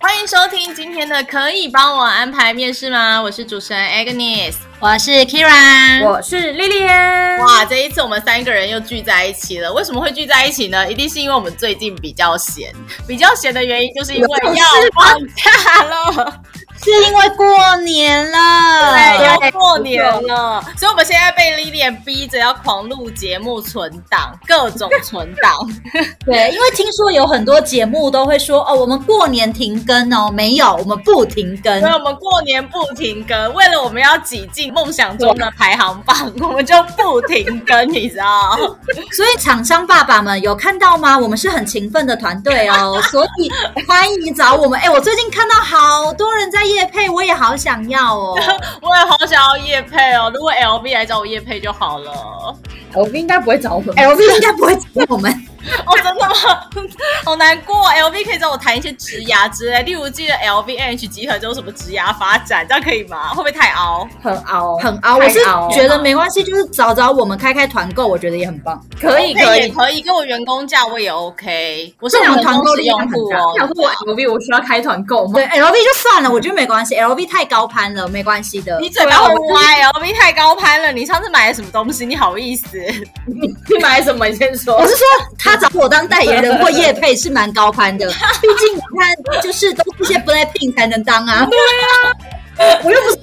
欢迎收听今天的《可以帮我安排面试吗》？我是主持人 Agnes。我是 Kira，我是莉莉安。哇，这一次我们三个人又聚在一起了。为什么会聚在一起呢？一定是因为我们最近比较闲，比较闲的原因就是因为要 放假了，是因为过年了，对，要过年了，所以我们现在被 Lilian 逼着要狂录节目存档，各种存档。对，因为听说有很多节目都会说哦，我们过年停更哦，没有，我们不停更所以。我们过年不停更，为了我们要挤进梦想中的排行榜，我们就不停更，你知道？所以厂商爸爸们有看到吗？我们是很勤奋的团队 哦，所以欢迎找我们。哎，我最近看到好多人在夜配，我也好想要 哦。我也好想要夜配哦，如果 LV 来找我夜配就好了。 LV 应该不会找我们。 L V 应该哎不会找我们，哦，真的吗？ 好难过，LV 可以找我谈一些职涯之类，例如记得 LVNH 集合之后什么职涯发展，这样可以吗？会不会太熬？很熬，很熬。我是太熬觉得没关系，就是找找我们开开团购，我觉得也很棒。可以 OK，可也以。啊可以给我员工价，我也 OK。我是这你种们团公购司力量用很户大哦。想说我 LV，我需要开团购吗对？L V 就算了，我觉得没关系，L V 太高攀了，没关系的。你嘴巴啊会歪，LV 太高攀了。你上次买了什么东西？你好意思？你买什么？你先说我。是说，他找我当代言人或叶配是蛮高攀 的，毕竟你看，就是都是些 Blackpink 才能当啊。 我又不是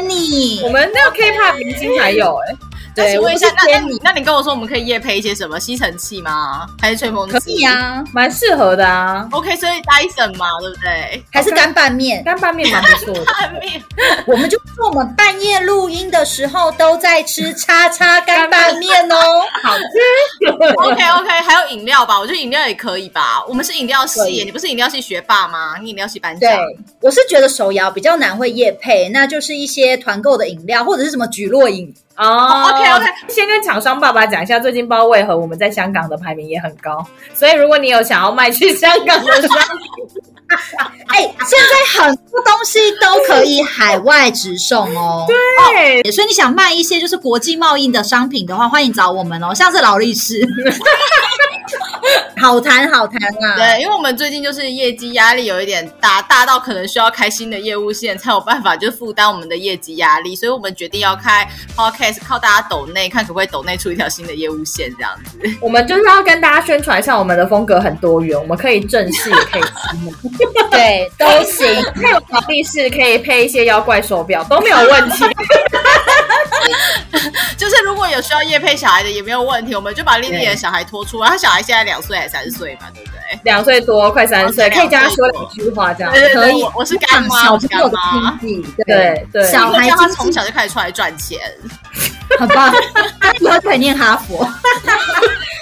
Jenny，我们那个 K-pop 明星才有哎。那请问一下，我不是那那仙你那你跟我说，我们可以夜配一些什么吸尘器吗？还是吹风机？可以。啊，蛮适合的啊， OK，所以 Dyson 嘛，对不对？还是干拌面。干拌面蛮不 错的。拌面，我们就说我们半夜录音的时候都在吃叉叉干拌面哦。好，哦 OK OK，还有饮料吧，我觉得饮料也可以吧。我们是饮料系可以耶，你不是饮料系学霸吗？你饮料系班对长。，我是觉得手摇比较难会夜配，那就是一些团购的饮料或者是什么举落饮。哦 OK，OK 先跟厂商爸爸讲一下，最近不知道为何我们在香港的排名也很高，所以如果你有想要卖去香港的商 品，哎，现在很多东西都可以海外直送哦。对。对所以你想卖一些就是国际贸易的商品的话，欢迎找我们哦，像是劳力士，好谈好谈啊。对，因为我们最近就是业绩压力有一点大，大到可能需要开新的业务线才有办法就负担我们的业绩压力，所以我们决定要开 podcast，靠大家抖内看可不可以抖内出一条新的业务线这样子。我们就是要跟大家宣传一下，我们的风格很多元，我们可以正式，也可以私密，对， 都行。可以有劳力士，可以配一些妖怪手表都没有问题。就是如果有需要夜配小孩的也没有问题，我们就把丽丽的小孩拖出来。她小孩现在两岁还是三岁嘛，对不对？两岁多，快三岁，哦可以教他两岁说两句话这样。对对可对，以我我是干妈，小我是朋友干的妈。经济，对对小孩因为叫他经从济小就开始出来赚钱，很棒，他以后可以念哈佛，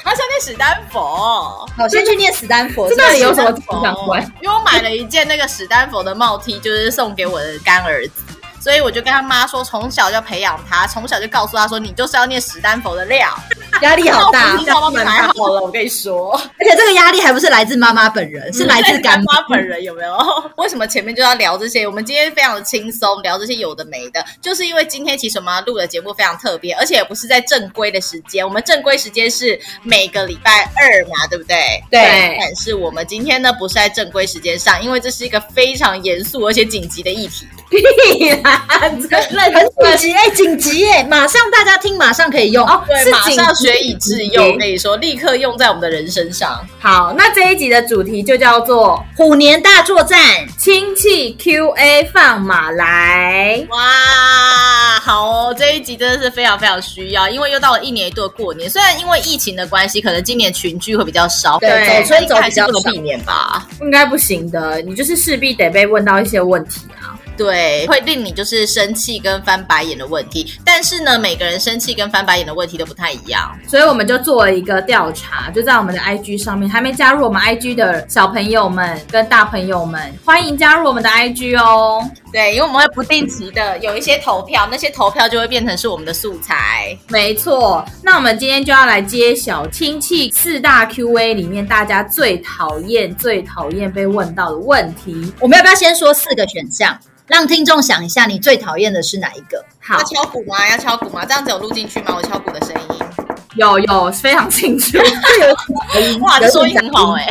他想念史丹佛。好，先去念斯坦福。这是吧到底有什么成长观？因为我买了一件那个史丹佛的帽 T，就是送给我的干儿子，所以我就跟他妈说，从小就培养他，从小就告诉他说，你就是要念史丹佛的料。 压力好大那我，平常帮你买好了，我跟你说，而且这个压力还不是来自妈妈本人，是来自干 干妈。妈本人有没有？为什么前面就要聊这些？我们今天非常的轻松，聊这些有的没的，就是因为今天其实我们要录的节目非常特别，而且也不是在正规的时间，我们正规时间是每个礼拜二嘛，对不对？对但是我们今天呢，不是在正规时间上，因为这是一个非常严肃而且紧急的议题。屁啦，真很紧的急哎，紧急哎，马上大家听，马上可以用哦对，是马紧上急学以致用，我跟你说，立刻用在我们的人身上。好，那这一集的主题就叫做虎年大作战，亲戚 QA 放马来。哇，好哦，这一集真的是非常非常需要，因为又到了一年一度的过年，虽然因为疫情的关系，可能今年群聚会比较少，对但走村应该还是走比较不能少避免吧。应该不行的，你就是势必得被问到一些问题啊。对，会令你就是生气跟翻白眼的问题。但是呢，每个人生气跟翻白眼的问题都不太一样。所以我们就做了一个调查，就在我们的 IG 上面，还没加入我们 IG 的小朋友们跟大朋友们，欢迎加入我们的 IG 哦。对，因为我们会不定期的有一些投票，那些投票就会变成是我们的素材。没错，那我们今天就要来揭晓亲戚四大 Q&A 里面大家最讨厌、最讨厌被问到的问题。我们要不要先说四个选项，让听众想一下你最讨厌的是哪一个？好要，敲鼓吗？要敲鼓吗？这样子有录进去吗？我敲鼓的声音，有有非常清楚。哇，这收音很好哎、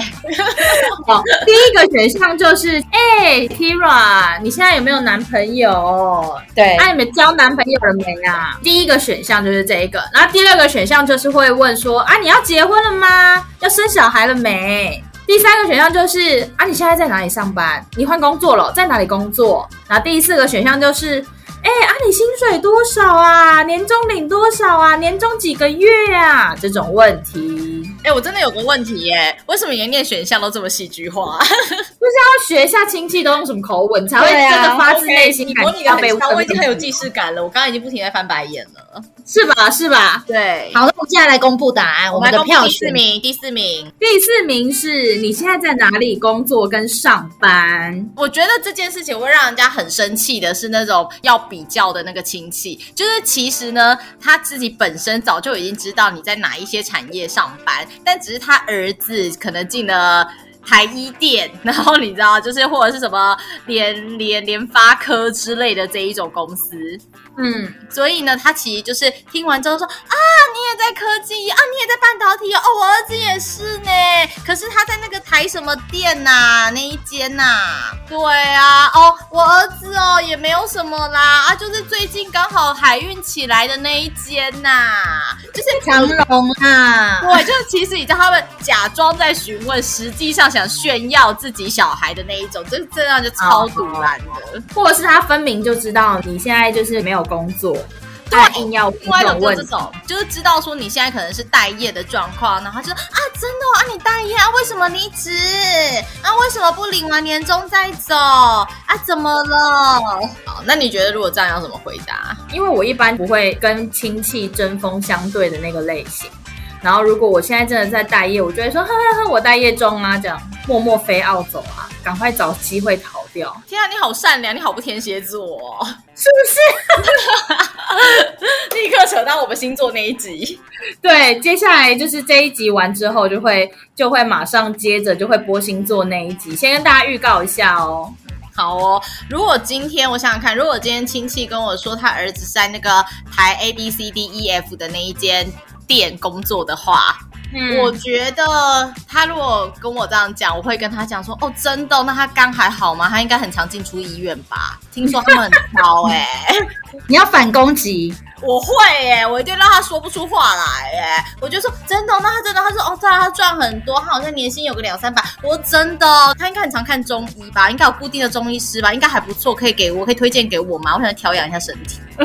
好，哦第一个选项就是，哎、t i r a 你现在有没有男朋友？对那、你们交男朋友了没啊？第一个选项就是这一个，然后第二个选项就是会问说啊，你要结婚了吗？要生小孩了没？第三个选项就是啊，你现在在哪里上班？你换工作了，在哪里工作？然后第四个选项就是，哎、啊，你薪水多少啊？年终领多少啊？年终几个月啊？这种问题。哎、我真的有个问题耶、为什么你念选项都这么戏剧化？就是要学一下亲戚都用什么口吻，才 会对啊真的发自内心你感模觉拟的到很被问像，我已经很有既视感了。我刚刚已经不停在翻白眼了。是吧？是吧？对，好，那我们接下来公布答案，我们来的公布票第四选。名，第四名。第四名是你现在在哪里工作跟上班？我觉得这件事情会让人家很生气的是那种要比较的那个亲戚，就是其实呢他自己本身早就已经知道你在哪一些产业上班，但只是他儿子可能进了。台一店，然后你知道，就是或者是什么联联联发科之类的这一种公司，嗯，所以呢，他其实就是听完之后说啊，你也在科技啊，你也在半导体哦，哦我儿子也是呢。可是他在那个台什么店呐、那一间呐、对啊，哦，我儿子哦也没有什么啦，啊，就是最近刚好海运起来的那一间呐、就是长隆啊，对，就是其实你知道他们假装在询问，实际上想炫耀自己小孩的那一种，就是这样就超堵然的。或者是他分明就知道你现在就是没有工作，对他硬要问另外一这种种就是这问题。种，就是知道说你现在可能是待业的状况，然后就说啊，真的、哦、啊，你待业啊，为什么离职啊？为什么不领完年终再走啊？怎么了？好，那你觉得如果这样要怎么回答？因为我一般不会跟亲戚针锋相对的那个类型。然后如果我现在真的在待业，我就会说呵呵呵，我待业中啊，这样默默飞澳走啊，赶快找机会逃掉。天啊，你好善良，你好不天蝎座、哦，是不是？ 立刻扯到我们星座那一集。对，接下来就是这一集完之后，就会就会马上接着就会播星座那一集，先跟大家预告一下哦。好哦，如果今天我想想看，如果今天亲戚跟我说他儿子在那个台 A B C D E F 的那一间店工作的话，嗯我觉得他如果跟我这样讲，我会跟他讲说：“哦，真的哦？那他肝还好吗？他应该很常进出医院吧？听说他们很高哎、你要反攻击，我会哎、我一定让他说不出话来哎、我就说真的哦、那他真的，他说哦，对啊，他赚很多，他好像年薪有个两三百。我说真的哦，他应该很常看中医吧？应该有固定的中医师吧？应该还不错，可以给我，可以推荐给我吗？我想调养一下身体。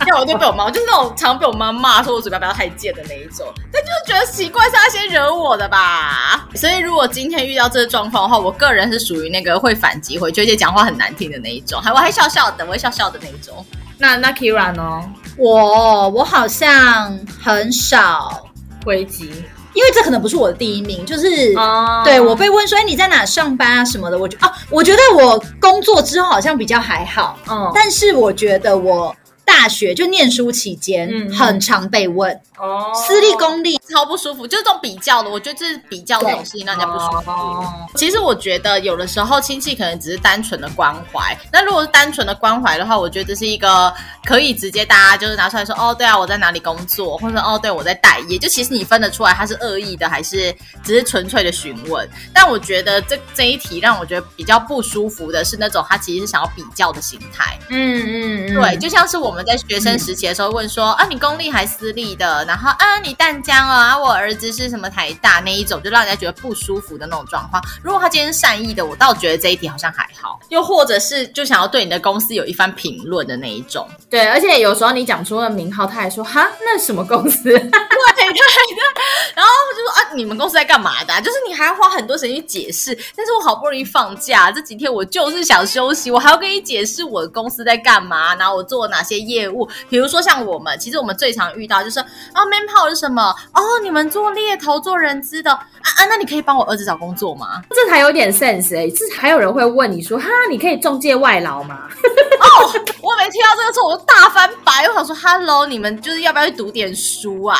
对，我就被我妈，我就是那种常被我妈骂说我嘴巴不要太贱的那一种，但就是觉得奇怪，是她先惹我的吧。所以如果今天遇到这个状况的话，我个人是属于那个会反击回去，而且讲话很难听的那一种，还我还笑笑的，我会笑笑的那一种。那那 Kira 呢？我我好像很少，回击因为这可能不是我的第一名，就是。哦对我被问说，哎，你在哪上班啊什么的，我觉哦，我觉得我工作之后好像比较还好，嗯但是我觉得我大学就念书期间，嗯嗯很常被问、哦私立公立，超不舒服，就是这种比较的，我觉得这是比较这种事情让人家不舒服。哦其实我觉得有的时候亲戚可能只是单纯的关怀，那如果是单纯的关怀的话，我觉得这是一个可以直接大家就是拿出来说，哦，对啊，我在哪里工作，或者哦，对我在待业，就其实你分得出来他是恶意的还是只是纯粹的询问。但我觉得这这一题让我觉得比较不舒服的是那种他其实是想要比较的心态。嗯嗯嗯，嗯对，就像是我们在学生时期的时候问说、啊，你公立还私立的？然后啊，你淡江啊，我儿子是什么台大那一种，就让人家觉得不舒服的那种状况。如果他今天是善意的，我倒觉得这一题好像还好。又或者是就想要对你的公司有一番评论的那一种，对，而且有时候你讲出了名号，他还说哈，那是什么公司？ 然后就说啊，你们公司在干嘛的啊、就是你还要花很多时间去解释。但是我好不容易放假，这几天我就是想休息，我还要跟你解释我公司在干嘛，然后我做哪些业务。比如说像我们，其实我们最常遇到就是啊，manpower 是什么？哦，你们做猎头、做人资的啊啊，那你可以帮我儿子找工作吗？这才有点 sense 哎、这还有人会问你说哈，你可以中介外劳吗？哦我每听到这个时候，我就大翻白，我想说，Hello，你们就是要不要去读点书啊？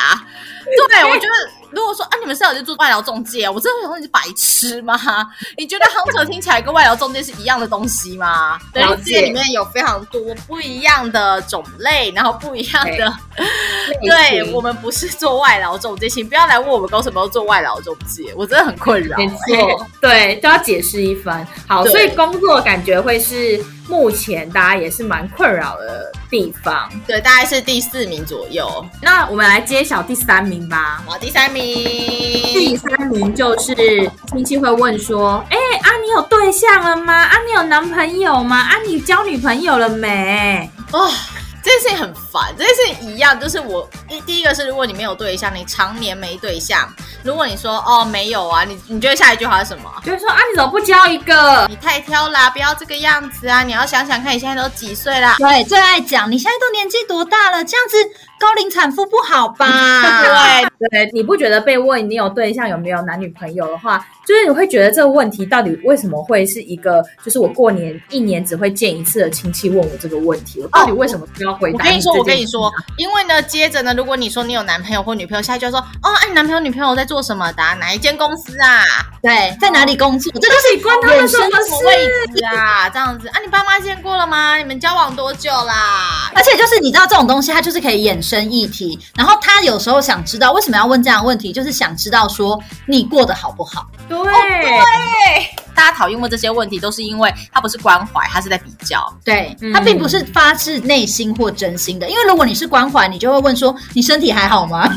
对，我觉得如果说啊，你们是有去做外劳中介啊，我真的想说你是白痴吗？你觉得 hunter 听起来跟外劳中介是一样的东西吗？对，了这解里面有非常多不一样的种类，然后不一样哎的，类对型我们不是做外劳中介，请不要来问我们公司有没有做外劳中介，我真的很困扰。没错，对，都要解释一番。好，对所以工作感觉会是目前大家也是蛮困扰的地方。对，大概是第四名左右。那我们来揭晓第三名吧。好，第三名，第三名就是亲戚会问说：“哎、啊，你有对象了吗？啊，你有男朋友吗？啊，你交女朋友了没啊、这件事情很烦，这件事情一样，就是我第第一个是，如果你没有对象，你常年没对象，如果你说哦没有啊，你你觉得下一句话是什么？？”就是说啊，你怎么不交一个？你太挑啦，不要这个样子啊！你要想想看，你现在都几 岁啦？对，最爱讲你现在都年纪多大了，这样子高龄产妇不好嗯吧？对，对，你不觉得被问你有对象有没有男女朋友的话，就是你会觉得这个问题到底为什么会是一个，就是我过年一年只会见一次的亲戚问我这个问题，我到底为什么不要回我答、跟你哦说，我跟你说，，因为呢，接着呢，如果你说你有男朋友或女朋友，下一句就说哦，哎、你男朋友女朋友在做什么的啊、哪一间公司啊？对，在哪里工作？这就是你哦关他们人什生么什么事？位置啊？这样子啊？你爸妈见过了吗？你们交往多久啦？而且就是你知道这种东西，它就是可以衍生议题。然后他有时候想知道为什么要问这样的问题，就是想知道说你过得好不好。对，哦大家讨厌问这些问题，都是因为他不是关怀，他是在比较。对嗯，他并不是发自内心或真心的，因为如果你是关怀，你就会问说你身体还好吗？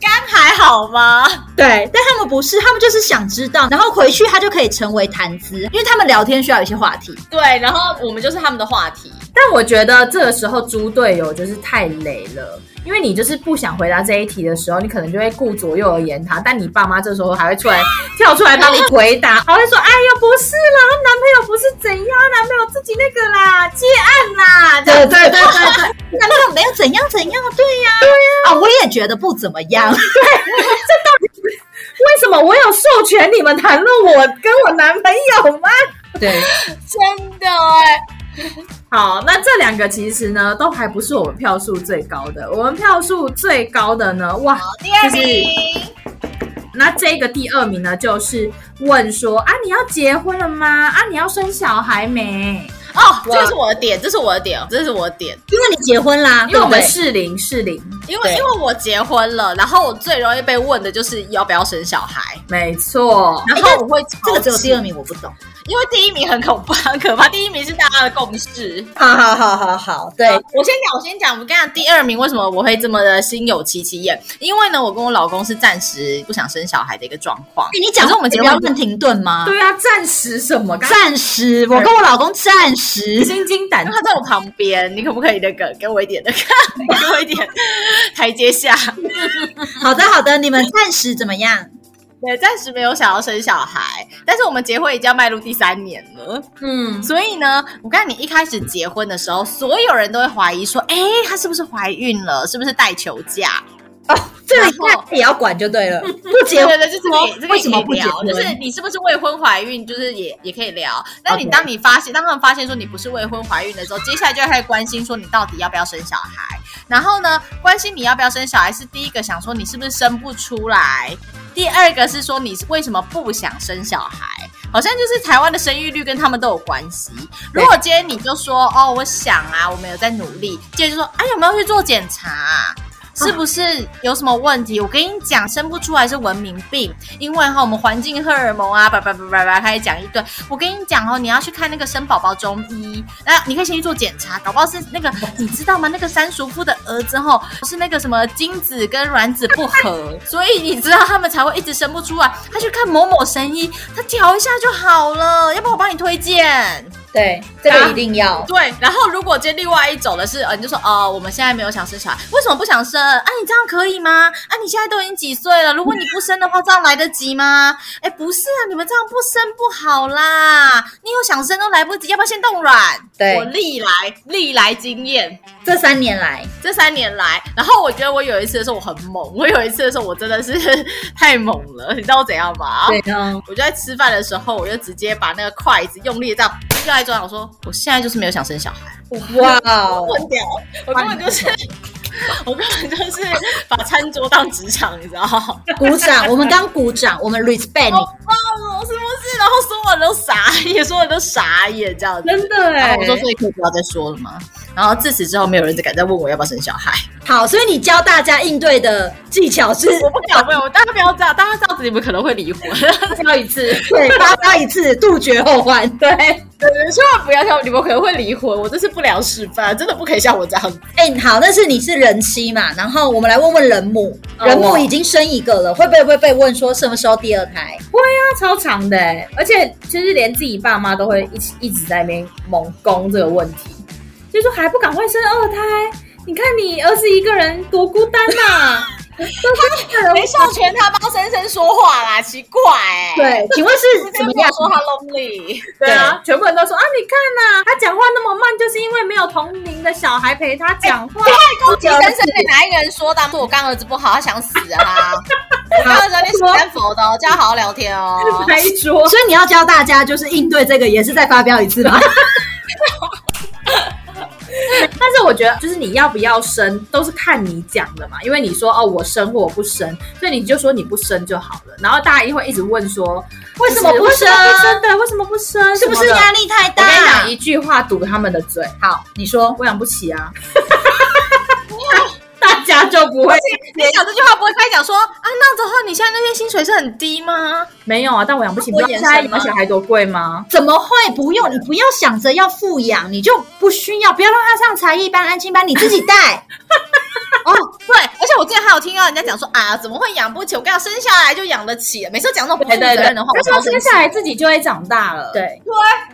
肝还好吗？对，但他们不是，他们就是想知道，然后回去他就可以成为谈资，因为他们聊天需要有一些话题。对，然后我们就是他们的话题。但我觉得这个时候猪队友就是太累了，因为你就是不想回答这一题的时候，你可能就会顾左右而言他，但你爸妈这时候还会出来跳出来帮你回答，还会说：“哎呦，不是啦，她男朋友不是怎样，啊男朋友自己那个啦，接案啦。”对对对对对，男朋友没有怎样怎样，对呀、对呀、啊，我也觉得不怎么样。为什么我有授权你们谈论我跟我男朋友吗？对，真的哎， 好，那这两个其实呢，都还不是我们票数最高的，我们票数最高的呢，哇，第二名，那这个第二名呢，就是问说啊，你要结婚了吗？啊，你要生小孩没？哦，这是我的点，这是我的点，这是我的点， 因为你结婚啦，因为我们对不适龄适龄，因为因为我结婚了，然后我最容易被问的就是要不要生小孩，没错。然后我会哎对这个只有第超级二名我不懂。因为第一名很恐怖，很可怕，第一名是大家的共识。好好好好好，对我先讲，我先讲，我跟你讲，第二名为什么我会这么的心有戚戚焉？因为呢，我跟我老公是暂时不想生小孩的一个状况。你讲可是我们结不要婚乱停顿吗？对啊，暂时什么？刚暂时，我跟我老公暂时心惊胆然后他在我旁边，你可不可以那个给我一点那个，给我一点台阶下？好的，好的，你们暂时怎么样？对，暂时没有想要生小孩，但是我们结婚已经要迈入第三年了，嗯，所以呢，我看你一开始结婚的时候，所有人都会怀疑说，哎，她是不是怀孕了？是不是带球假？ 这然个后也要管就 对了，不结对婚对对，就这个也这个为什么也可不以结聊，婚？就是你是不是未婚怀孕，就是也也可以聊。但你 OK 当你发现，当他们发现说你不是未婚怀孕的时候，接下来就会开始关心说你到底要不要生小孩。然后呢，关心你要不要生小孩是第一个想说你是不是生不出来，第二个是说你是为什么不想生小孩。好像就是台湾的生育率跟他们都有关系。如果今天你就说哦，我想啊，我们有在努力，接着就说哎、有没有去做检查啊、是不是有什么问题？我跟你讲，生不出来是文明病，因为哈我们环境荷尔蒙啊，叭叭叭叭叭，他也讲一堆。我跟你讲哦，你要去看那个生宝宝中医，那你可以先去做检查，搞不好是那个你知道吗？那个三叔父的儿子吼是那个什么精子跟卵子不合，所以你知道他们才会一直生不出来。他去看某某神医，他调一下就好了，要不然我帮你推荐。对，这个一定要。对，然后如果接另外一种的是，呃，你就说，哦，我们现在没有想生小孩，为什么不想生？啊，你这样可以吗？啊，你现在都已经几岁了？如果你不生的话，这样来得及吗？哎，不是啊，你们这样不生不好啦，你有想生都来不及，要不要先冻卵？对我历来历来经验，这三年来，这三年来，然后我觉得我有一次的时候我很猛，我有一次的时候我真的是 太猛了，你知道我怎样吗？对哦，我就在吃饭的时候，我就直接把那个筷子用力的这样掉在桌上。我说我现在就是没有想生小孩，哇我哦，混掉，我根本就是，我根本就是把餐桌当职场，你知道吗？鼓掌，我们刚鼓掌，我们 respect 好你，棒哦，是不是？然后所有人都傻眼，所有人都傻眼这样子。真的然哎、后我说，所以可以不要再说了吗？然后自此之后，没有人再敢再问我要不要生小孩。好，所以你教大家应对的技巧是，我不敢问，我大家不要这样，大家这样子你们可能会离婚。挑一次，对，八招一次，杜绝后患，对， 对对，千万不要像你们可能会离婚，我这是不良示范，真的不可以像我这样子。哎、好，但是你是人妻嘛，然后我们来问问人母，哦人母已经生一个了，会不会会被问说什么时候第二胎？他超长的哎、而且就是连自己爸妈都会一起一直在那边猛攻这个问题，就说还不赶快生二胎？你看你儿子一个人多孤单啊呐、没授权他帮先生说话啦，奇怪哎、对，请问是怎么样？说他 lonely？ 对啊，全部人都说啊，你看呐、他讲话那么慢，就是因为没有同龄的小孩陪他讲话。攻击先生被哪一个人说的？说我干儿子不好，他想死 啊！我干儿子你死三佛的、哦，叫他好好聊天哦。拍桌，所以你要教大家就是应对这个，也是再发飙一次吧。 但是我觉得就是你要不要生都是看你讲的嘛，因为你说哦我生或我不生，所以你就说你不生就好了。然后大家一定会一直问说为什么不为什生？么不生？对，为什么不生？是不是什么的压啊力太我大？跟你讲一句话堵他们的嘴，好，你说我养不起啊， 大家就不会 你讲这句话不会开讲说啊，那的话你现在那些薪水是很低吗？没有啊，但我养不起。你我知道眼现神在养吗小孩多贵吗？怎么会不用？你不要想着要富养，你就不需要，不要让他上才艺班、安亲班，你自己带。对，而且我之前还有听到人家讲说啊，怎么会养不起？我跟你讲，生下来就养得起了。每次讲那种不负责任的话，我他超生说生气下。来自己就会长大了。，对，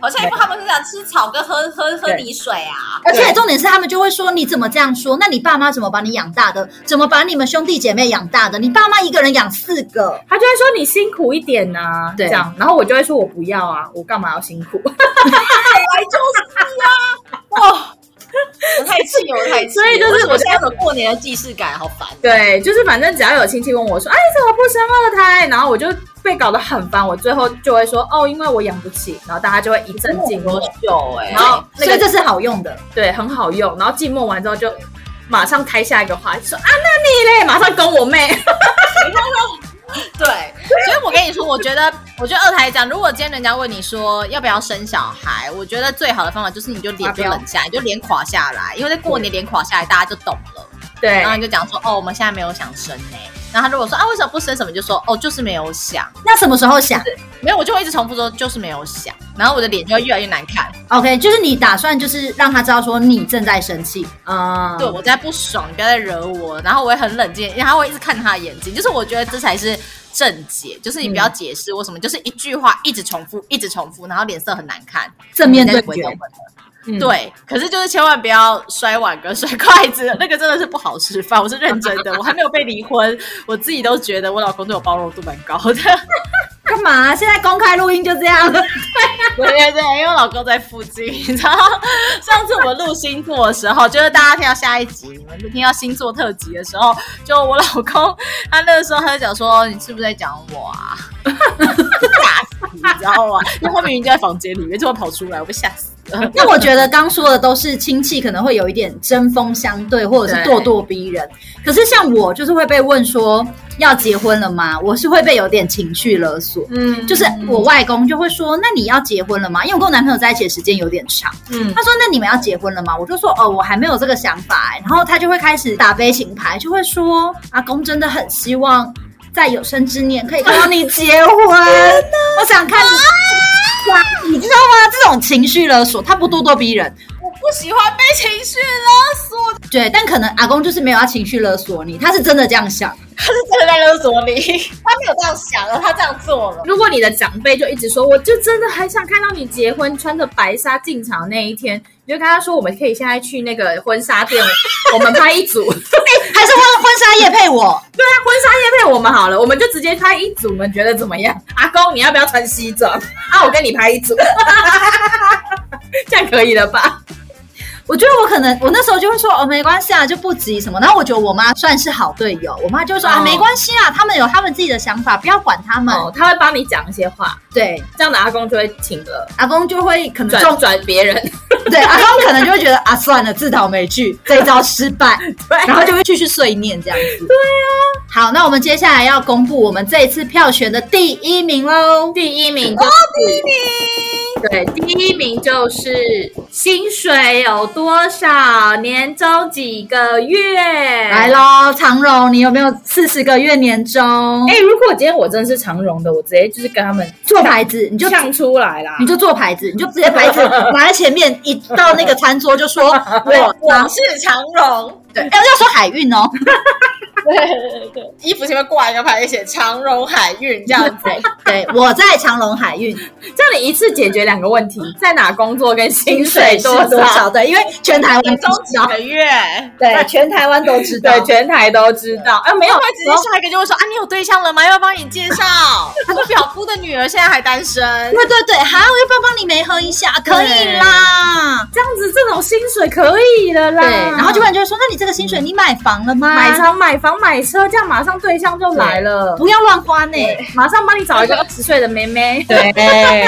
好像一副他们是想吃草跟喝喝喝对泥水 啊。而且重点是他们就会说你怎么这样说？那你爸妈怎么把你养大的？怎么把你们兄弟姐妹养大的？你爸妈一个人养四个，他就会说你辛苦一点呐、对这样，然后我就会说我不要啊，我干嘛要辛苦？我 太气了，我太气了。所以就是为什么我现在有过年的既视感，好烦。对，就是反正只要有亲戚问我说，哎，你怎么不生二胎？然后我就被搞得很烦，我最后就会说，哦，因为我养不起，然后大家就会一阵静默，久哎然后那所以个这是好用的。对很好用，然后静默完之后就马上开下一个话题，说啊，那你嘞，马上跟我妹，对，所以我跟你说，我觉得，我觉得二胎这样，如果今天人家问你说要不要生小孩，我觉得最好的方法就是你就脸就冷下来，你就脸垮下来，因为在过年脸垮下来，大家就懂了。对然后你就讲说，哦，我们现在没有想生呢、然后他如果说啊，为什么不生什么？你就说哦，就是没有想。那什么时候想没有，我就会一直重复说，就是没有想。然后我的脸就会越来越难看。 ？OK，就是你打算就是让他知道说你正在生气，嗯，对我在不爽，你不要再惹我。然后我也很冷静，然后我一直看他的眼睛，就是我觉得这才是正解，就是你不嗯要解释我什么，就是一句话一直重复，一直重复，然后脸色很难看，正面对人家就不会决再问了嗯对，可是就是千万不要摔碗跟 摔筷子，那个真的是不好示范。我是认真的，我还没有被离婚，我自己都觉得我老公对我包容度蛮高的。干嘛、现在公开录音就这样，对对对，因为我老公在附近，你知道，上次我们录星座的时候，就是大家听到下一集，你们听到星座特辑的时候，就我老公他那个时候他就讲说，你是不是在讲我啊？吓死！你知道吗？因为他明明就在房间里面，就会跑出来，我被吓死了。 那我觉得刚说的都是亲戚可能会有一点针锋相对，或者是对咄咄逼人。可是像我就是会被问说要结婚了吗？我是会被有点情绪勒索。嗯就是我外公就会说：“那你要结婚了吗？”因为我跟我男朋友在一起的时间有点长，嗯他说：“那你们要结婚了吗？”我就说：“哦，我还没有这个想法欸、然后他就会开始打悲情牌，就会说：“阿公真的很希望在有生之年可以看到你结 婚，我想看你。”哇，你知道吗？这种情绪勒索，他不咄咄逼人，我不喜欢被情绪勒索，对，但可能阿公就是没有要情绪勒索你，他是真的这样想。他是真的在勒索你，他没有这样想了，他这样做了。如果你的长辈就一直说，我就真的很想看到你结婚，穿着白纱进场那一天，你就跟他说，我们可以现在去那个婚纱店，我们拍一组，对还是婚婚纱夜配我，啊，婚纱夜配我们好了，我们就直接拍一组，你们觉得怎么样？阿公，你要不要穿西装？啊，我跟你拍一组， 这样可以了吧？我觉得我可能我那时候就会说哦没关系啊，就不急什么。然后我觉得我妈算是好队友，我妈就会说、哦啊没关系啊，他们有他们自己的想法，不要管他们。哦，他会帮你讲一些话，对，这样的阿公就会请了，阿公就会可能转就转别人，对阿公可能就会觉得啊算了，自讨没趣，这一招失败，对然后就会继续碎念这样子。对啊，好，那我们接下来要公布我们这一次票选的第一名喽。第一名嗯就是、对，第一名就是薪水有多少，年终几个月来。喽，长荣，你有没有四十个月年终？哎、如果今天我真的是长荣的，我直接就是跟他们做牌子你就呛出来啦。你就做牌子，你就直接牌子拿在前面，一到那个餐桌就 说我我是长荣，对，要要说海运哦，衣服前面挂一个牌，写“长荣海运”这样 子。对，我在长隆海 运，这样你一次解决两个问题，在哪工作跟薪对，水是多多少。少？对，因为全台湾年终都知几道，个月？对，全台湾都知道对，。全台都知道。啊，没有会，直接下一个就会说啊，你有对象了吗？要不要帮你介绍？ 他说表姑的女儿现在还单身，对对对，好，我要不要帮你媒合一下？可以啦。这样子这种薪水可以了啦。对，然后就问就会说，那你这个薪水你买房了吗？买房、买房、买车，这样马上对象就来了，不要乱花呢。马上帮你找一个二十岁的妹妹。对，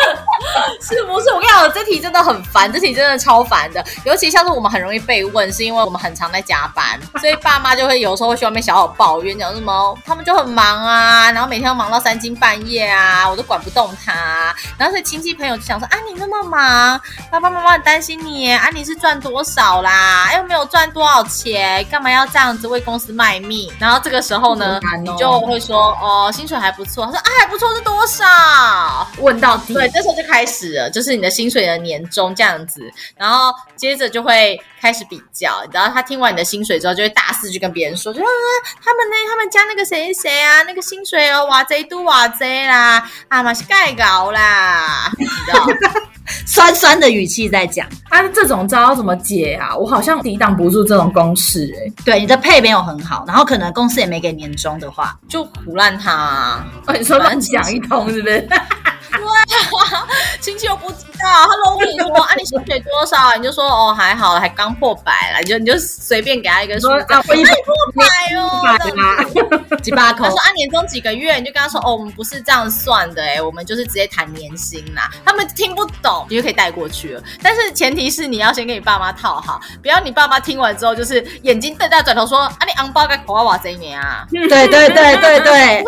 是不是？我跟你讲，这题真的很烦，这题真的超烦的。尤其像是我们很容易被问，是因为我们很常在加班，所以爸妈就会有时候会去外面小小抱怨，讲什么他们就很忙啊，然后每天都忙到三更半夜啊，我都管不动他、然后所以亲戚朋友就想说啊，你那么忙，爸爸妈妈很担心你耶，啊，你是赚多少啦？哎又没有赚多少钱，干嘛要这样子为公司卖命？然后这个时候呢，好难你哦就会说哦，薪水还不错。他说啊，还不错是多少？问到底。对，这时候就开始了，就是你的薪水的年终这样子，然后接着就会开始比较，然后他听完你的薪水之后，就会大肆去跟别人说，就啊他们呢，他们家那个谁谁谁啊，那个薪水哦，哇贼多哇贼啦，啊嘛是盖搞啦， 你知道。酸酸的语气在讲，他啊这种招要怎么解啊？我好像抵挡不住这种攻势哎、对，你的配没有很好，然后可能公司也没给年终的话，就胡烂他、啊，哦，你说乱讲一通是不是？亲戚又不知道，他如果问你说啊，你薪水多少？你就说哦还好，还刚破百啦，你就你就随便给他一个数 说字，啊，我一百百哦，这样啦，鸡巴口他说按年终几个月，你就跟他说哦，我们不是这样算的、哎，我们就是直接谈年薪啦。他们听不懂，你就可以带过去了。但是前提是你要先跟你爸妈套好，不要你爸妈听完之后就是眼睛瞪大转头说啊，你昂包该口娃娃这一年啊。 对对对对 对，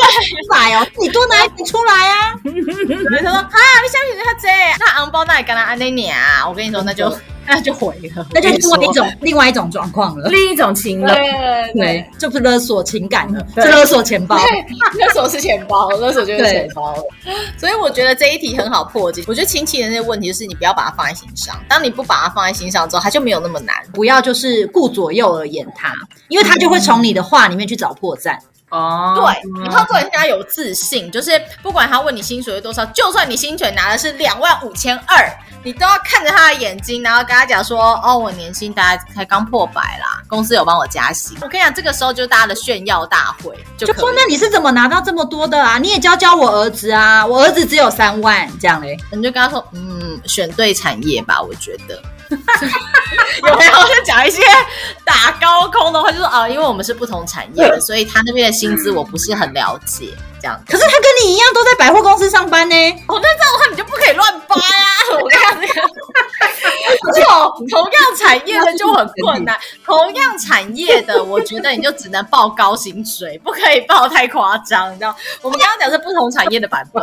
买哦，你多拿一点出来啊！他说啊，你相信他这，那昂包那也跟他安那年啊。我跟你说，那就那就毁了， 那就是另我外跟一你说。种另外一种状况了，另一种情 了。对对对，这不是勒索情感了，对是勒索钱包。 那时候是钱包，那时候就是钱包了。 所以我觉得这一题很好破解。我觉得亲戚的那些问题，就是你不要把它放在心上。当你不把它放在心上之后，它就没有那么难。不要就是顾左右而言他，因为他就会从你的话里面去找破绽。哦对，你靠做人家有自信，就是不管他问你薪水是多少，就算你薪水拿的是两万五千二，你都要看着他的眼睛，然后跟他讲说：“哦，我年薪大概才刚破百啦，公司有帮我加薪。”我跟你讲，这个时候就是大家的炫耀大会，就就可以说那你是怎么拿到这么多的啊？你也教教我儿子啊，我儿子只有三万这样嘞。 你就跟他说：“嗯，选对产业吧，我觉得。”有没有就讲一些打高空的话，就说啊，因为我们是不同产业的，所以他那边的薪资我不是很了解，这样。可是他跟你一样都在百货公司上班呢，欸我哦那这样的话，你就不可以乱扒呀、我跟你讲， 这种同样产业的就很困难。同样产业的，我觉得你就只能报高薪水，不可以报太夸张，你知道？我们刚刚讲是不同产业的版本。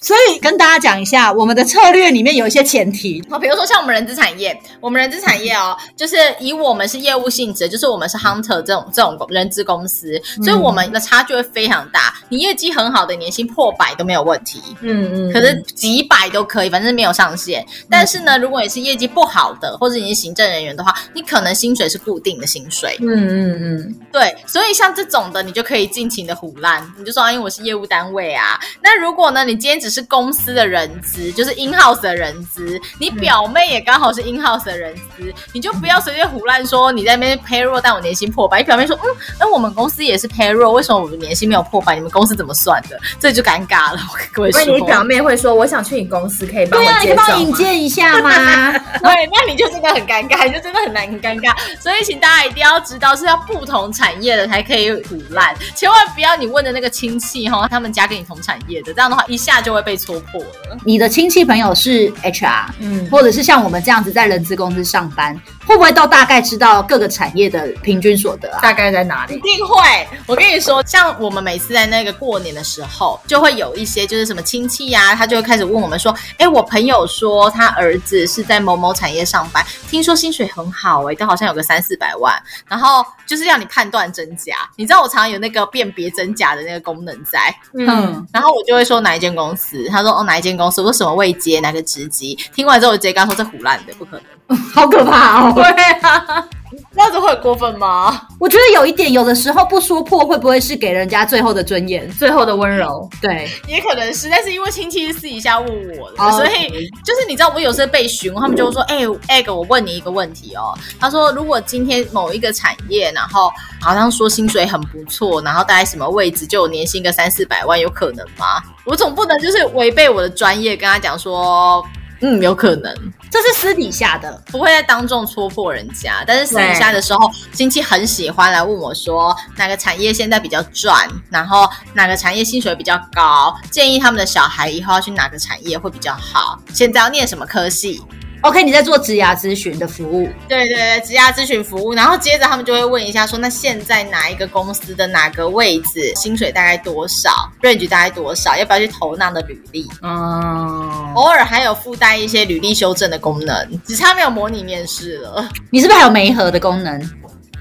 所以跟大家讲一下，我们的策略里面有一些前提，好，比如说像我们人资产业，我们人资产业哦，就是以我们是业务性质，就是我们是 hunter 这种这种人资公司，所以我们的差距会非常大。你业绩很好的，年薪破百都没有问题，嗯嗯，可是几百都可以，反正没有上限。但是呢，如果你是业绩不好的，或者你是行政人员的话，你可能薪水是固定的薪水。嗯嗯嗯，对，所以像这种的，你就可以尽情的胡乱，你就说啊，因为我是业务单位啊。那如果呢，你今天只是公司的人资，就是 in house 的人资，嗯你表妹也刚好是 in house 的人资，你就不要随便胡乱说你在那边 payroll，但我年薪破百。你表妹说，嗯，那我们公司也是 payroll，为什么我们年薪没有破百？你们公司怎么算的？这就尴尬了。我跟各位所说，以你表妹会说，我想去啊你公司，可以帮我啊你可介以帮我绍引吗？荐一下吗？ 对，那你就真的很尴尬，你就真的很难很尴尬。所以，请大家一定要知道，是要不同产业的才可以腐烂，千万不要你问的那个亲戚哈，他们家跟你同产业的，这样的话一下就会被戳破了。你的亲戚朋友是 HR，嗯，或者是像我们这样子在人资公司上班，会不会都大概知道各个产业的平均所得啊？大概在哪里？一定会，我跟你说，像我们每次在那个过年的时候，就会有一些就是什么亲戚呀、他就会开始问我们说，哎，我朋友说他儿子是在某某产业上班，听说薪水很好哎、都好像有个三四百万，然后就是让你判断真假。你知道我常常有那个辨别真假的那个功能在，嗯嗯，然后我就会说哪一间公司，他说哦哪一间公司，我说什么位阶，哪个职级。 听完之后我直接跟他说这胡乱的，不可能。好可怕哦！那样子会很过分吗？我觉得有一点，有的时候不说破，会不会是给人家最后的尊严？最后的温柔，对， 也可能是，但是因为亲戚是私底下问我的，哦所以就是你知道我有时候被询问，他们就会说，哎、哎，我问你一个问题哦。他说如果今天某一个产业，然后好像说薪水很不错，然后大概什么位置就有年薪个三四百万，有可能吗？我总不能就是违背我的专业跟他讲说，嗯，有可能。这是私底下的，不会在当众戳破人家，但是私底下的时候，亲戚很喜欢来问我说哪个产业现在比较赚，然后哪个产业薪水比较高，建议他们的小孩以后要去哪个产业会比较好，现在要念什么科系。 OK，你在做职涯咨询的服务，对对对，职涯咨询服务，然后接着他们就会问一下说，那现在哪一个公司的哪个位置，薪水大概多少，range 大概多少，要不要去投那样的履历？嗯，偶尔还有附带一些履历修正的功能，只差没有模拟面试了。你是不是还有媒合的功能？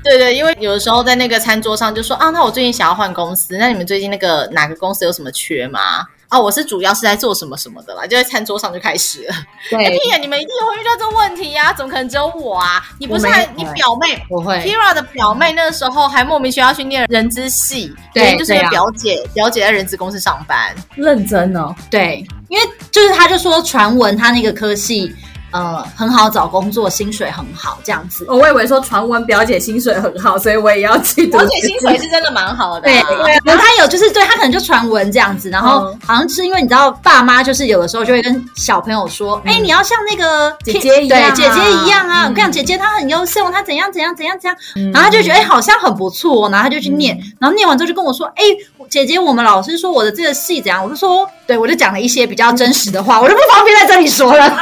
对对，因为有的时候在那个餐桌上就说啊，那我最近想要换公司，那你们最近那个哪个公司有什么缺吗？啊，我是主要是在做什么什么的啦，就在餐桌上就开始了。哎，对，屁哎呀，你们一定会遇到这个问题呀、怎么可能只有我啊？你不是还我没你有表妹我会， Kira 的表妹那时候还莫名其妙去念人资系，对原因就是因为对啊表姐、表姐在人资公司上班，认真哦，对，因为就是他就说传闻他那个科系，呃，很好找工作，薪水很好这样子。哦我以为说传闻表姐薪水很好，所以我也要去读。表姐薪水是真的蛮好的、对，啊。然后他有就是对他可能就传闻这样子，然后嗯好像是因为你知道，爸妈就是有的时候就会跟小朋友说，嗯哎、你要像那个姐姐一样啊对姐姐一样啊，嗯我跟你讲，姐姐她很优秀，她怎样怎样怎样怎样，嗯，然后他就觉得哎、好像很不错、哦，然后他就去念，然后念完之后就跟我说，哎、姐姐，我们老师说我的这个戏怎样，我就说，对我就讲了一些比较真实的话，我就不方便在这里说了。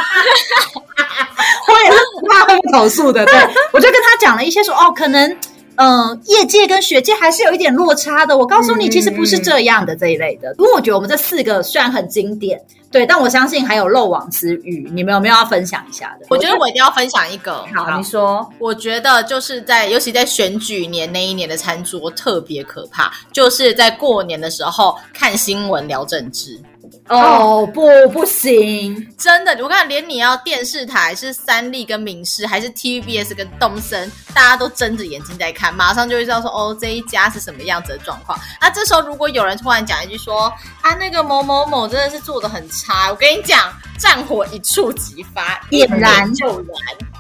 我也是怕会被投诉的，对，我就跟他讲了一些说，哦，可能。嗯，业界跟学界还是有一点落差的。我告诉你，嗯其实不是这样的这一类的。因为我觉得我们这四个虽然很经典，对，但我相信还有漏网之鱼。你们有没有要分享一下的？我觉得我一定要分享一个， 好，你说，我觉得就是在，尤其在选举年那一年的餐桌特别可怕，就是在过年的时候看新闻聊政治，哦，不，不行，真的，我看连你要电视台是三立跟民视，还是 TVBS 跟东森，大家都睁着眼睛在看，马上就会知道说哦这一家是什么样子的状况。那、这时候如果有人突然讲一句说啊那个某某某真的是做的很差，我跟你讲，战火一触即发，点燃就燃。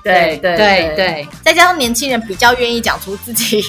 对对对对，再加上年轻人比较愿意讲出自己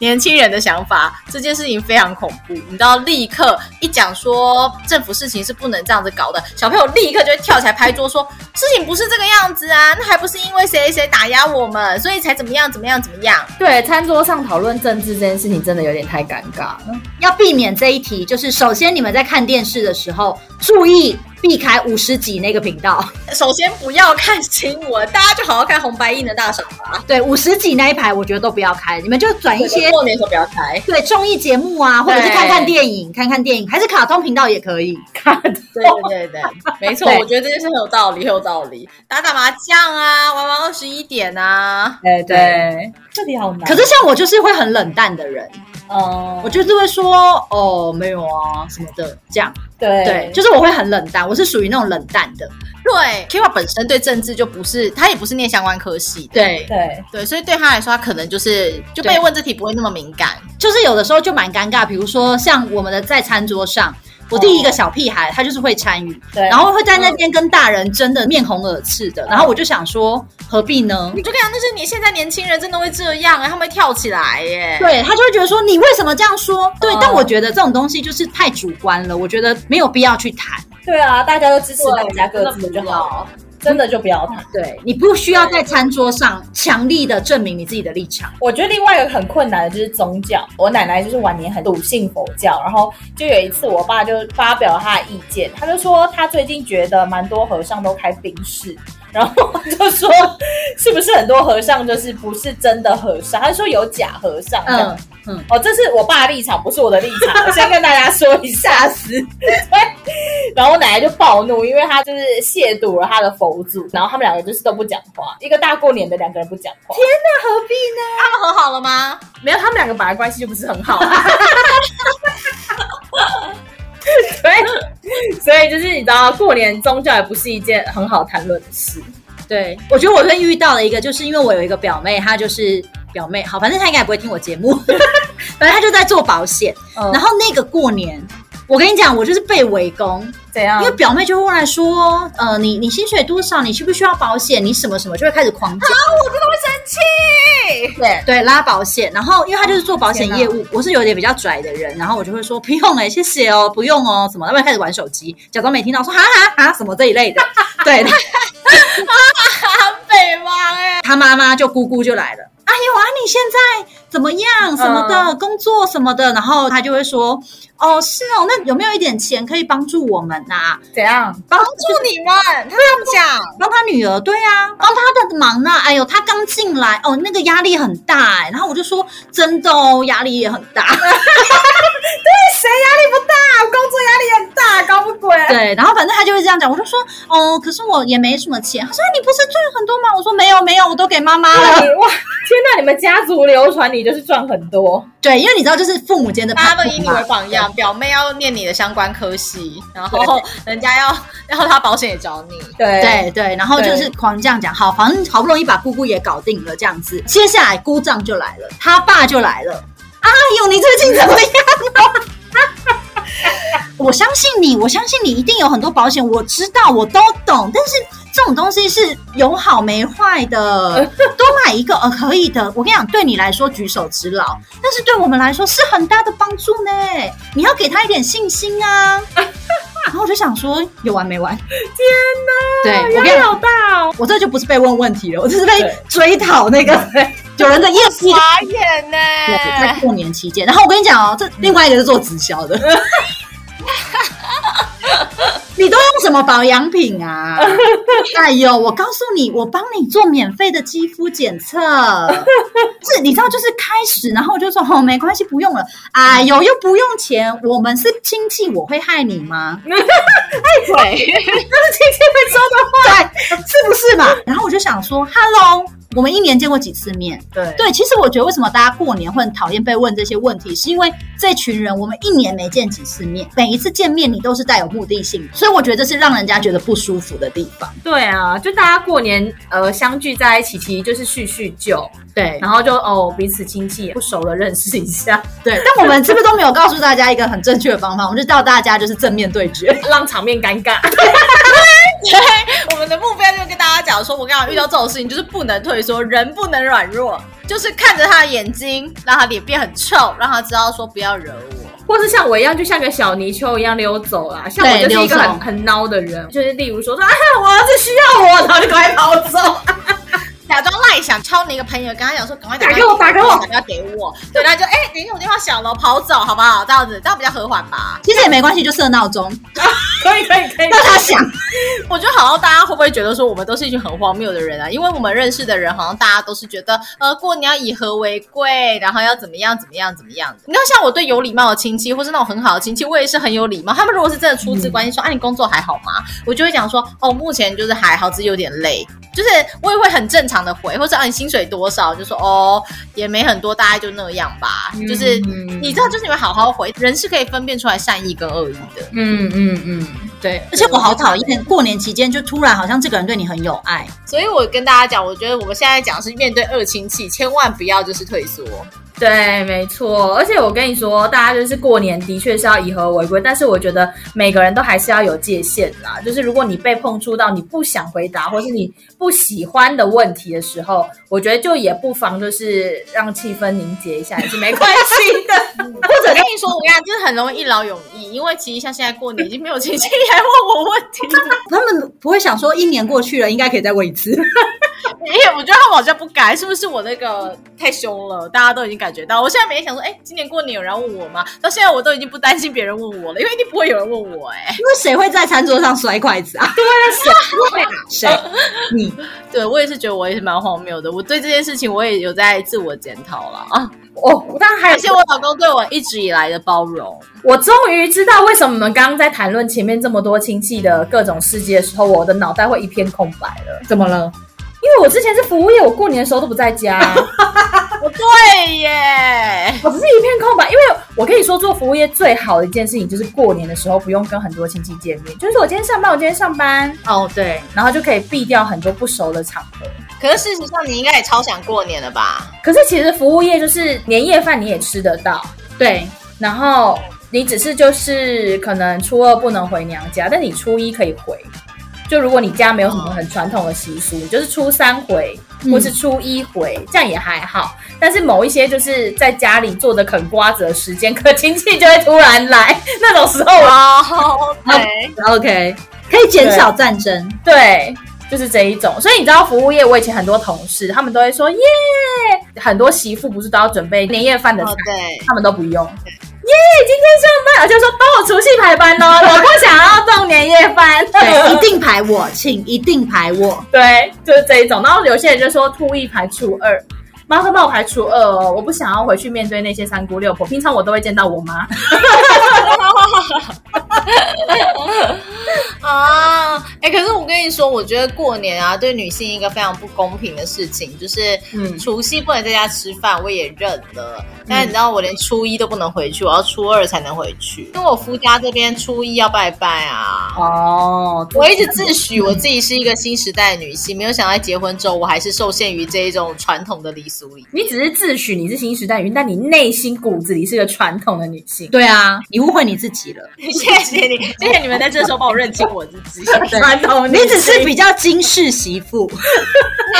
年轻人的想法，这件事情非常恐怖。你知道，立刻一讲说政府事情是不能这样子搞的，小朋友立刻就会跳起来拍桌说：“事情不是这个样子啊，那还不是因为谁谁打压我们，所以才怎么样怎么样怎么样。对，餐桌上讨论政治这件事情真的有点太尴尬了。要避免这一题，就是首先你们在看电视的时候，注意避开五十集那个频道。首先不要看新闻，大家就好好看红白印的大赏吧。对，五十集那一排我觉得都不要开，你们就转一些过年的时候不要开，对综艺节目啊，或者是对看看电影，看看电影，还是卡通频道也可以。对对对对，没错，对我觉得这件事很有道理，很有道理。打打麻将啊，玩玩二十一点啊，对对，这里好难可是像我就是会很冷淡的人，哦我就是会说哦没有啊什么的这样。对对，就是我会很冷淡，我是属于那种冷淡的。对，Kira 本身对政治就不是，他也不是念相关科系的，对，对对，所以对他来说，他可能就是就被对问这题不会那么敏感。就是有的时候就蛮尴尬，比如说像我们的在餐桌上。我第一个小屁孩，他就是会参与，对然后会在那边跟大人争的面红耳赤的，然后我就想说，何必呢？你就跟他讲，就是你现在年轻人真的会这样、欸，他们会跳起来耶、对他就会觉得说，你为什么这样说？对嗯，但我觉得这种东西就是太主观了，我觉得没有必要去谈。对啊，大家都支持对大家各自就好，了，真的就不要谈。对你不需要在餐桌上强力的证明你自己的立场。我觉得另外一个很困难的就是宗教。我奶奶就是晚年很笃信佛教，然后就有一次我爸就发表他的意见，他就说他最近觉得蛮多和尚都开宾士，然后我就说 是不是很多和尚就是不是真的和尚？他就说有假和尚。嗯嗯嗯嗯，哦，这是我爸的立场，不是我的立场，我先跟大家说一下死。 然后我奶奶就暴怒，因为她就是亵渎了她的佛祖，然后他们两个就是都不讲话，一个大过年的两个人不讲话。他们和好了吗？没有，他们两个本来关系就不是很好、啊。 所以，所以就是你知道，过年宗教也不是一件很好谈论的事。对，我觉得我会遇到了一个，就是因为我有一个表妹，她就是表妹，好，反正她应该也不会听我节目， 反正她就在做保险。嗯然后那个过年，我跟你讲，我就是被围攻，怎样因为表妹就会过来说，呃，你你薪水多少？你需不需要保险？你什么什么就会开始狂讲，啊对，对，拉保险。然后因为她就是做保险哦天哪业务，我是有点比较拽的人，然后我就会说不用哎、欸，谢谢哦，不用哦，什么，要不然开始玩手机，假装没听到，说哈哈哈什么这一类的。对， 她北吗？哎、他妈妈就姑姑就来了，哎呦啊，你现在怎么嗯样？什么的、工作什么的，然后他就会说，哦，是哦，那有没有一点钱可以帮助我们啊呐、怎样？帮祝你们，他这样讲，帮他女儿，对啊，帮他的忙呢、哎呦，他刚进来，哦，那个压力很大、哎然后我就说，真的哦，压力也很大。大高不贵。对，然后反正他就会这样讲，我就说，哦，可是我也没什么钱。他说哎你不是赚很多吗？我说没有没有，我都给妈妈哇，了。天哪！你们家族流传，你就是赚很多。对，因为你知道，就是父母间的大家攀都比以你嘛为榜样，表妹要念你的相关科系，然后人家要，然后他保险也找你。对对对，然后对就是狂这样讲，好，反正好不容易把姑姑也搞定了，这样子，接下来姑丈就来了，他爸就来了，哎呦，你最近怎么样啊？ 我相信你，我相信你一定有很多保险，我知道，我都懂，但是这种东西是有好没坏的，多买一个呃可以的。我跟你讲，对你来说举手之劳，但是对我们来说是很大的帮助呢。你要给他一点信心啊。然后我就想说，有完没完？天哪！对，我跟你好大哦。我这就不是被问问题了，我这是被对追讨那个 有人的业绩。傻眼呢、对，在过年期间，然后我跟你讲哦，这另外一个是做直销的，你都用什么保养品啊？哎呦，我告诉你，我帮你做免费的肌肤检测，是，你知道，就是开始，然后我就说哦，没关系，不用了。哎呦，又不用钱，我们是亲戚，我会害你吗？亲对，戚会说的话，是不是 嘛？然后我就想说，Hello，我们一年见过几次面？对对，其实我觉得为什么大家过年会很讨厌被问这些问题，是因为这群人我们一年没见几次面，每一次见面你都是带有目的性，所以我觉得这是让人家觉得不舒服的地方。对啊，就大家过年呃相聚在一起，其实就是叙叙旧，对然后就哦彼此亲戚不熟的认识一下， 对，但我们是不是都没有告诉大家一个很正确的方法？我们就叫大家就是正面对决。让场面尴尬。 我们的目标就跟大家讲说，我刚刚遇到这种事情，就是不能退缩，人不能软弱，就是看着他的眼睛，让他脸变很臭，让他知道说不要惹我。 或是像我一样，就像个小泥鳅一样溜走啦。像我对就是一个溜走很很孬的人，就是例如说说啊，我儿子需要我，然后就赶快跑走。 假装赖想敲你一个朋友，跟他讲说赶快打给我打给我打电话给我。对，他就哎、等一下我电话响了，跑走好不好？这样子，这样比较和缓吧。 其实也没关系，就设闹 钟，可以可以可以让他想。我觉得好像大家会不会觉得说我们都是一群很荒谬的人啊？因为我们认识的人好像大家都是觉得，呃，过年要以和为贵，然后要怎么样怎么样怎么样的。你看，像我对有礼貌的亲戚，或是那种很好的亲戚，我也是很有礼貌。他们如果是真的出自关心说，啊，你工作还好吗？我就会讲说，哦，目前就是还好，只是有点累。就是我也会很正常的回，或者啊，你薪水多少？就说哦，也没很多，大概就那样吧。就是嗯你知道，就是你们好好回，人是可以分辨出来善意跟恶意的。嗯嗯嗯，对，而且我好讨厌过年期间就突然好像这个人对你很有爱，所以我跟大家讲，我觉得我们现在讲是面对恶亲戚，千万不要就是退缩。对，没错。而且我跟你说，大家就是过年的确是要以和为贵，但是我觉得每个人都还是要有界限啦。就是如果你被碰触到你不想回答或是你不喜欢的问题的时候，我觉得就也不妨就是让气氛凝结一下，也是没关 系的。我跟你说，我跟你讲，就是很容易一劳永逸，因为其实像现在过年已经没有亲戚来问我问题，他们不会想说一年过去了，应该可以再问一次。因为我觉得他们好像不改，是不是我那个太凶了？大家都已经感觉到，我现在每天想说，哎、今年过年有人要问我吗？到现在我都已经不担心别人问我了，因为一定不会有人问我、哎，因为谁会在餐桌上摔筷子啊？谁？你 对我也是觉得我也是蛮荒谬的，我对这件事情我也有在自我检讨了啊，哦，但还有感谢我老公对我一直以来的包容。我终于知道为什么你们刚刚在谈论前面这么多亲戚的各种事迹的时候，我的脑袋会一片空白了。怎么了？因为我之前是服务业，我过年的时候都不在家，啊我对耶，我只是一片空白。因为我跟你说，做服务业最好的一件事情就是过年的时候不用跟很多亲戚见面，就是我今天上班，我今天上班，哦对。然后就可以避掉很多不熟的场合。可是事实上，你应该也超想过年了吧？可是其实服务业就是年夜饭你也吃得到，对，然后你只是就是可能初二不能回娘家，但你初一可以回。就如果你家没有什么很传统的习俗，你就是初三回嗯或是初一回，这样也还好。但是某一些就是在家里坐着啃瓜子的时间，可亲戚就会突然来， 那种时候我哦，对， OK，可以减少战争。对，就是这一种。所以你知道服务业，我以前很多同事他们都会说耶，很多媳妇不是都要准备年夜饭的菜哦对，他们都不用。耶今天上班，而且说帮我除夕排班 哦，我不想要动年夜饭。对，一 定排我，请一定排我。对，就是这一种。然后有些人就说初一排初二，妈说帮我排初二哦，我不想要回去面对那些三姑六婆。平常我都会见到我妈，啊，哎、可是我跟你说，我觉得过年啊，对女性一个非常不公平的事情，就是嗯除夕不能在家吃饭，我也认了。但是你知道，我连初一都不能回去，我要初二才能回去，因为我夫家这边初一要拜拜啊。哦，我一直自诩我自己是一个新时代的女性，没有想到结婚之后，我还是受限于这一种传统的礼俗里。你只是自诩你是新时代女性，但你内心骨子里是个传统的女性。对啊，你误会你自己了。谢谢你，谢谢你们在这时候帮我认清我自 己。传统女你性，只是比较金氏媳妇，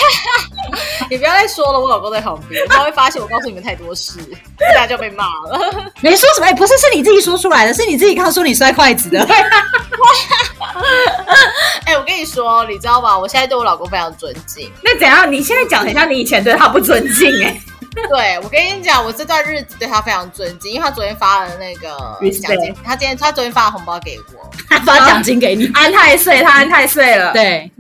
你不要再说了，我老公在旁边，他会发现我告诉你们太多事， 大家就被骂了。没说什么，哎不是，是你自己说出来的，是你自己刚说你摔筷子的。 哎、我跟你说，你知道吧？我现在对我老公非常尊 敬。那怎样？你现在讲很像你以前对她不尊敬哎、对我跟你讲，我这段日子对他非常尊敬，因为他昨天发了那个 Respect 奖金，他今天他昨天发了红包给我。发奖金给你。 安太岁，她安太岁了。对，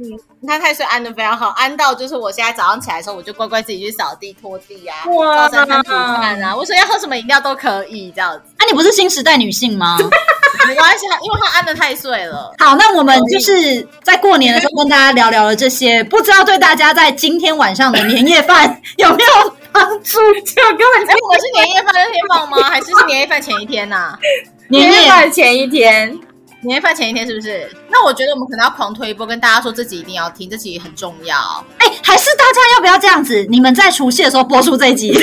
他太岁安的非常好，安到就是我现在早上起来的时候，我就乖乖自己去扫地、拖地啊，哇早餐看煮饭啊，我说要喝什么饮料都可以这样子， 那、啊你不是新时代女性吗？没关系啦，啊因为他安的太岁了。 好，那我们就是在过年的时候跟大家聊聊了这些，不知道对大家在今天晚上的年夜饭有没有帮助？ 就根本就哎、我们是年夜饭那天放吗？还是是年夜饭前一天啊呐、年夜饭前一 天，年夜饭前一天是不是？那我觉得我们可能要狂推一波，跟大家说这集一定要听，这集很重要。哎、还是大家要不要这样子？你们在除夕的时候播出这一集，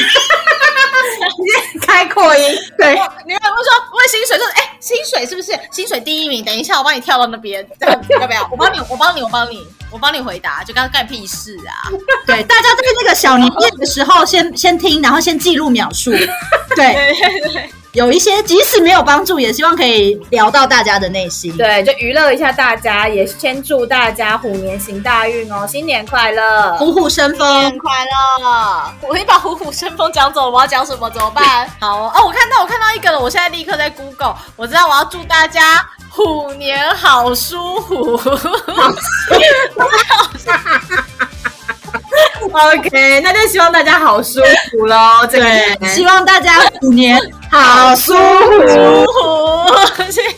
开扩音，对，你们会说问薪水，就是哎、薪水是不是薪水第一名？等一下，我帮你跳到那边， 这样子要不要？我帮你，我帮你，我帮你，我帮你回答，就刚刚干屁事啊！对，大家在那个小年夜的时候先，先听，然后先记录秒数。对，对对对，有一些即使没有帮助，也希望可以聊到大家的内嗯心。对，就娱乐一下大家，也先祝大家虎年行大运哦，新年快乐！虎虎生新年风，快乐！我一把虎虎生风讲走了，我要讲什么？怎么办？ 好哦，哦我看到我看到一个了，我现在立刻在 Google，我知道我要祝大家虎年好舒 服。 OK，那就希望大家好舒服喽。这个对，年希望大家虎年好舒服。 舒服，谢谢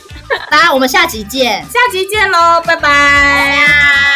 大家，我们下集见。下集见喽，拜拜。大家。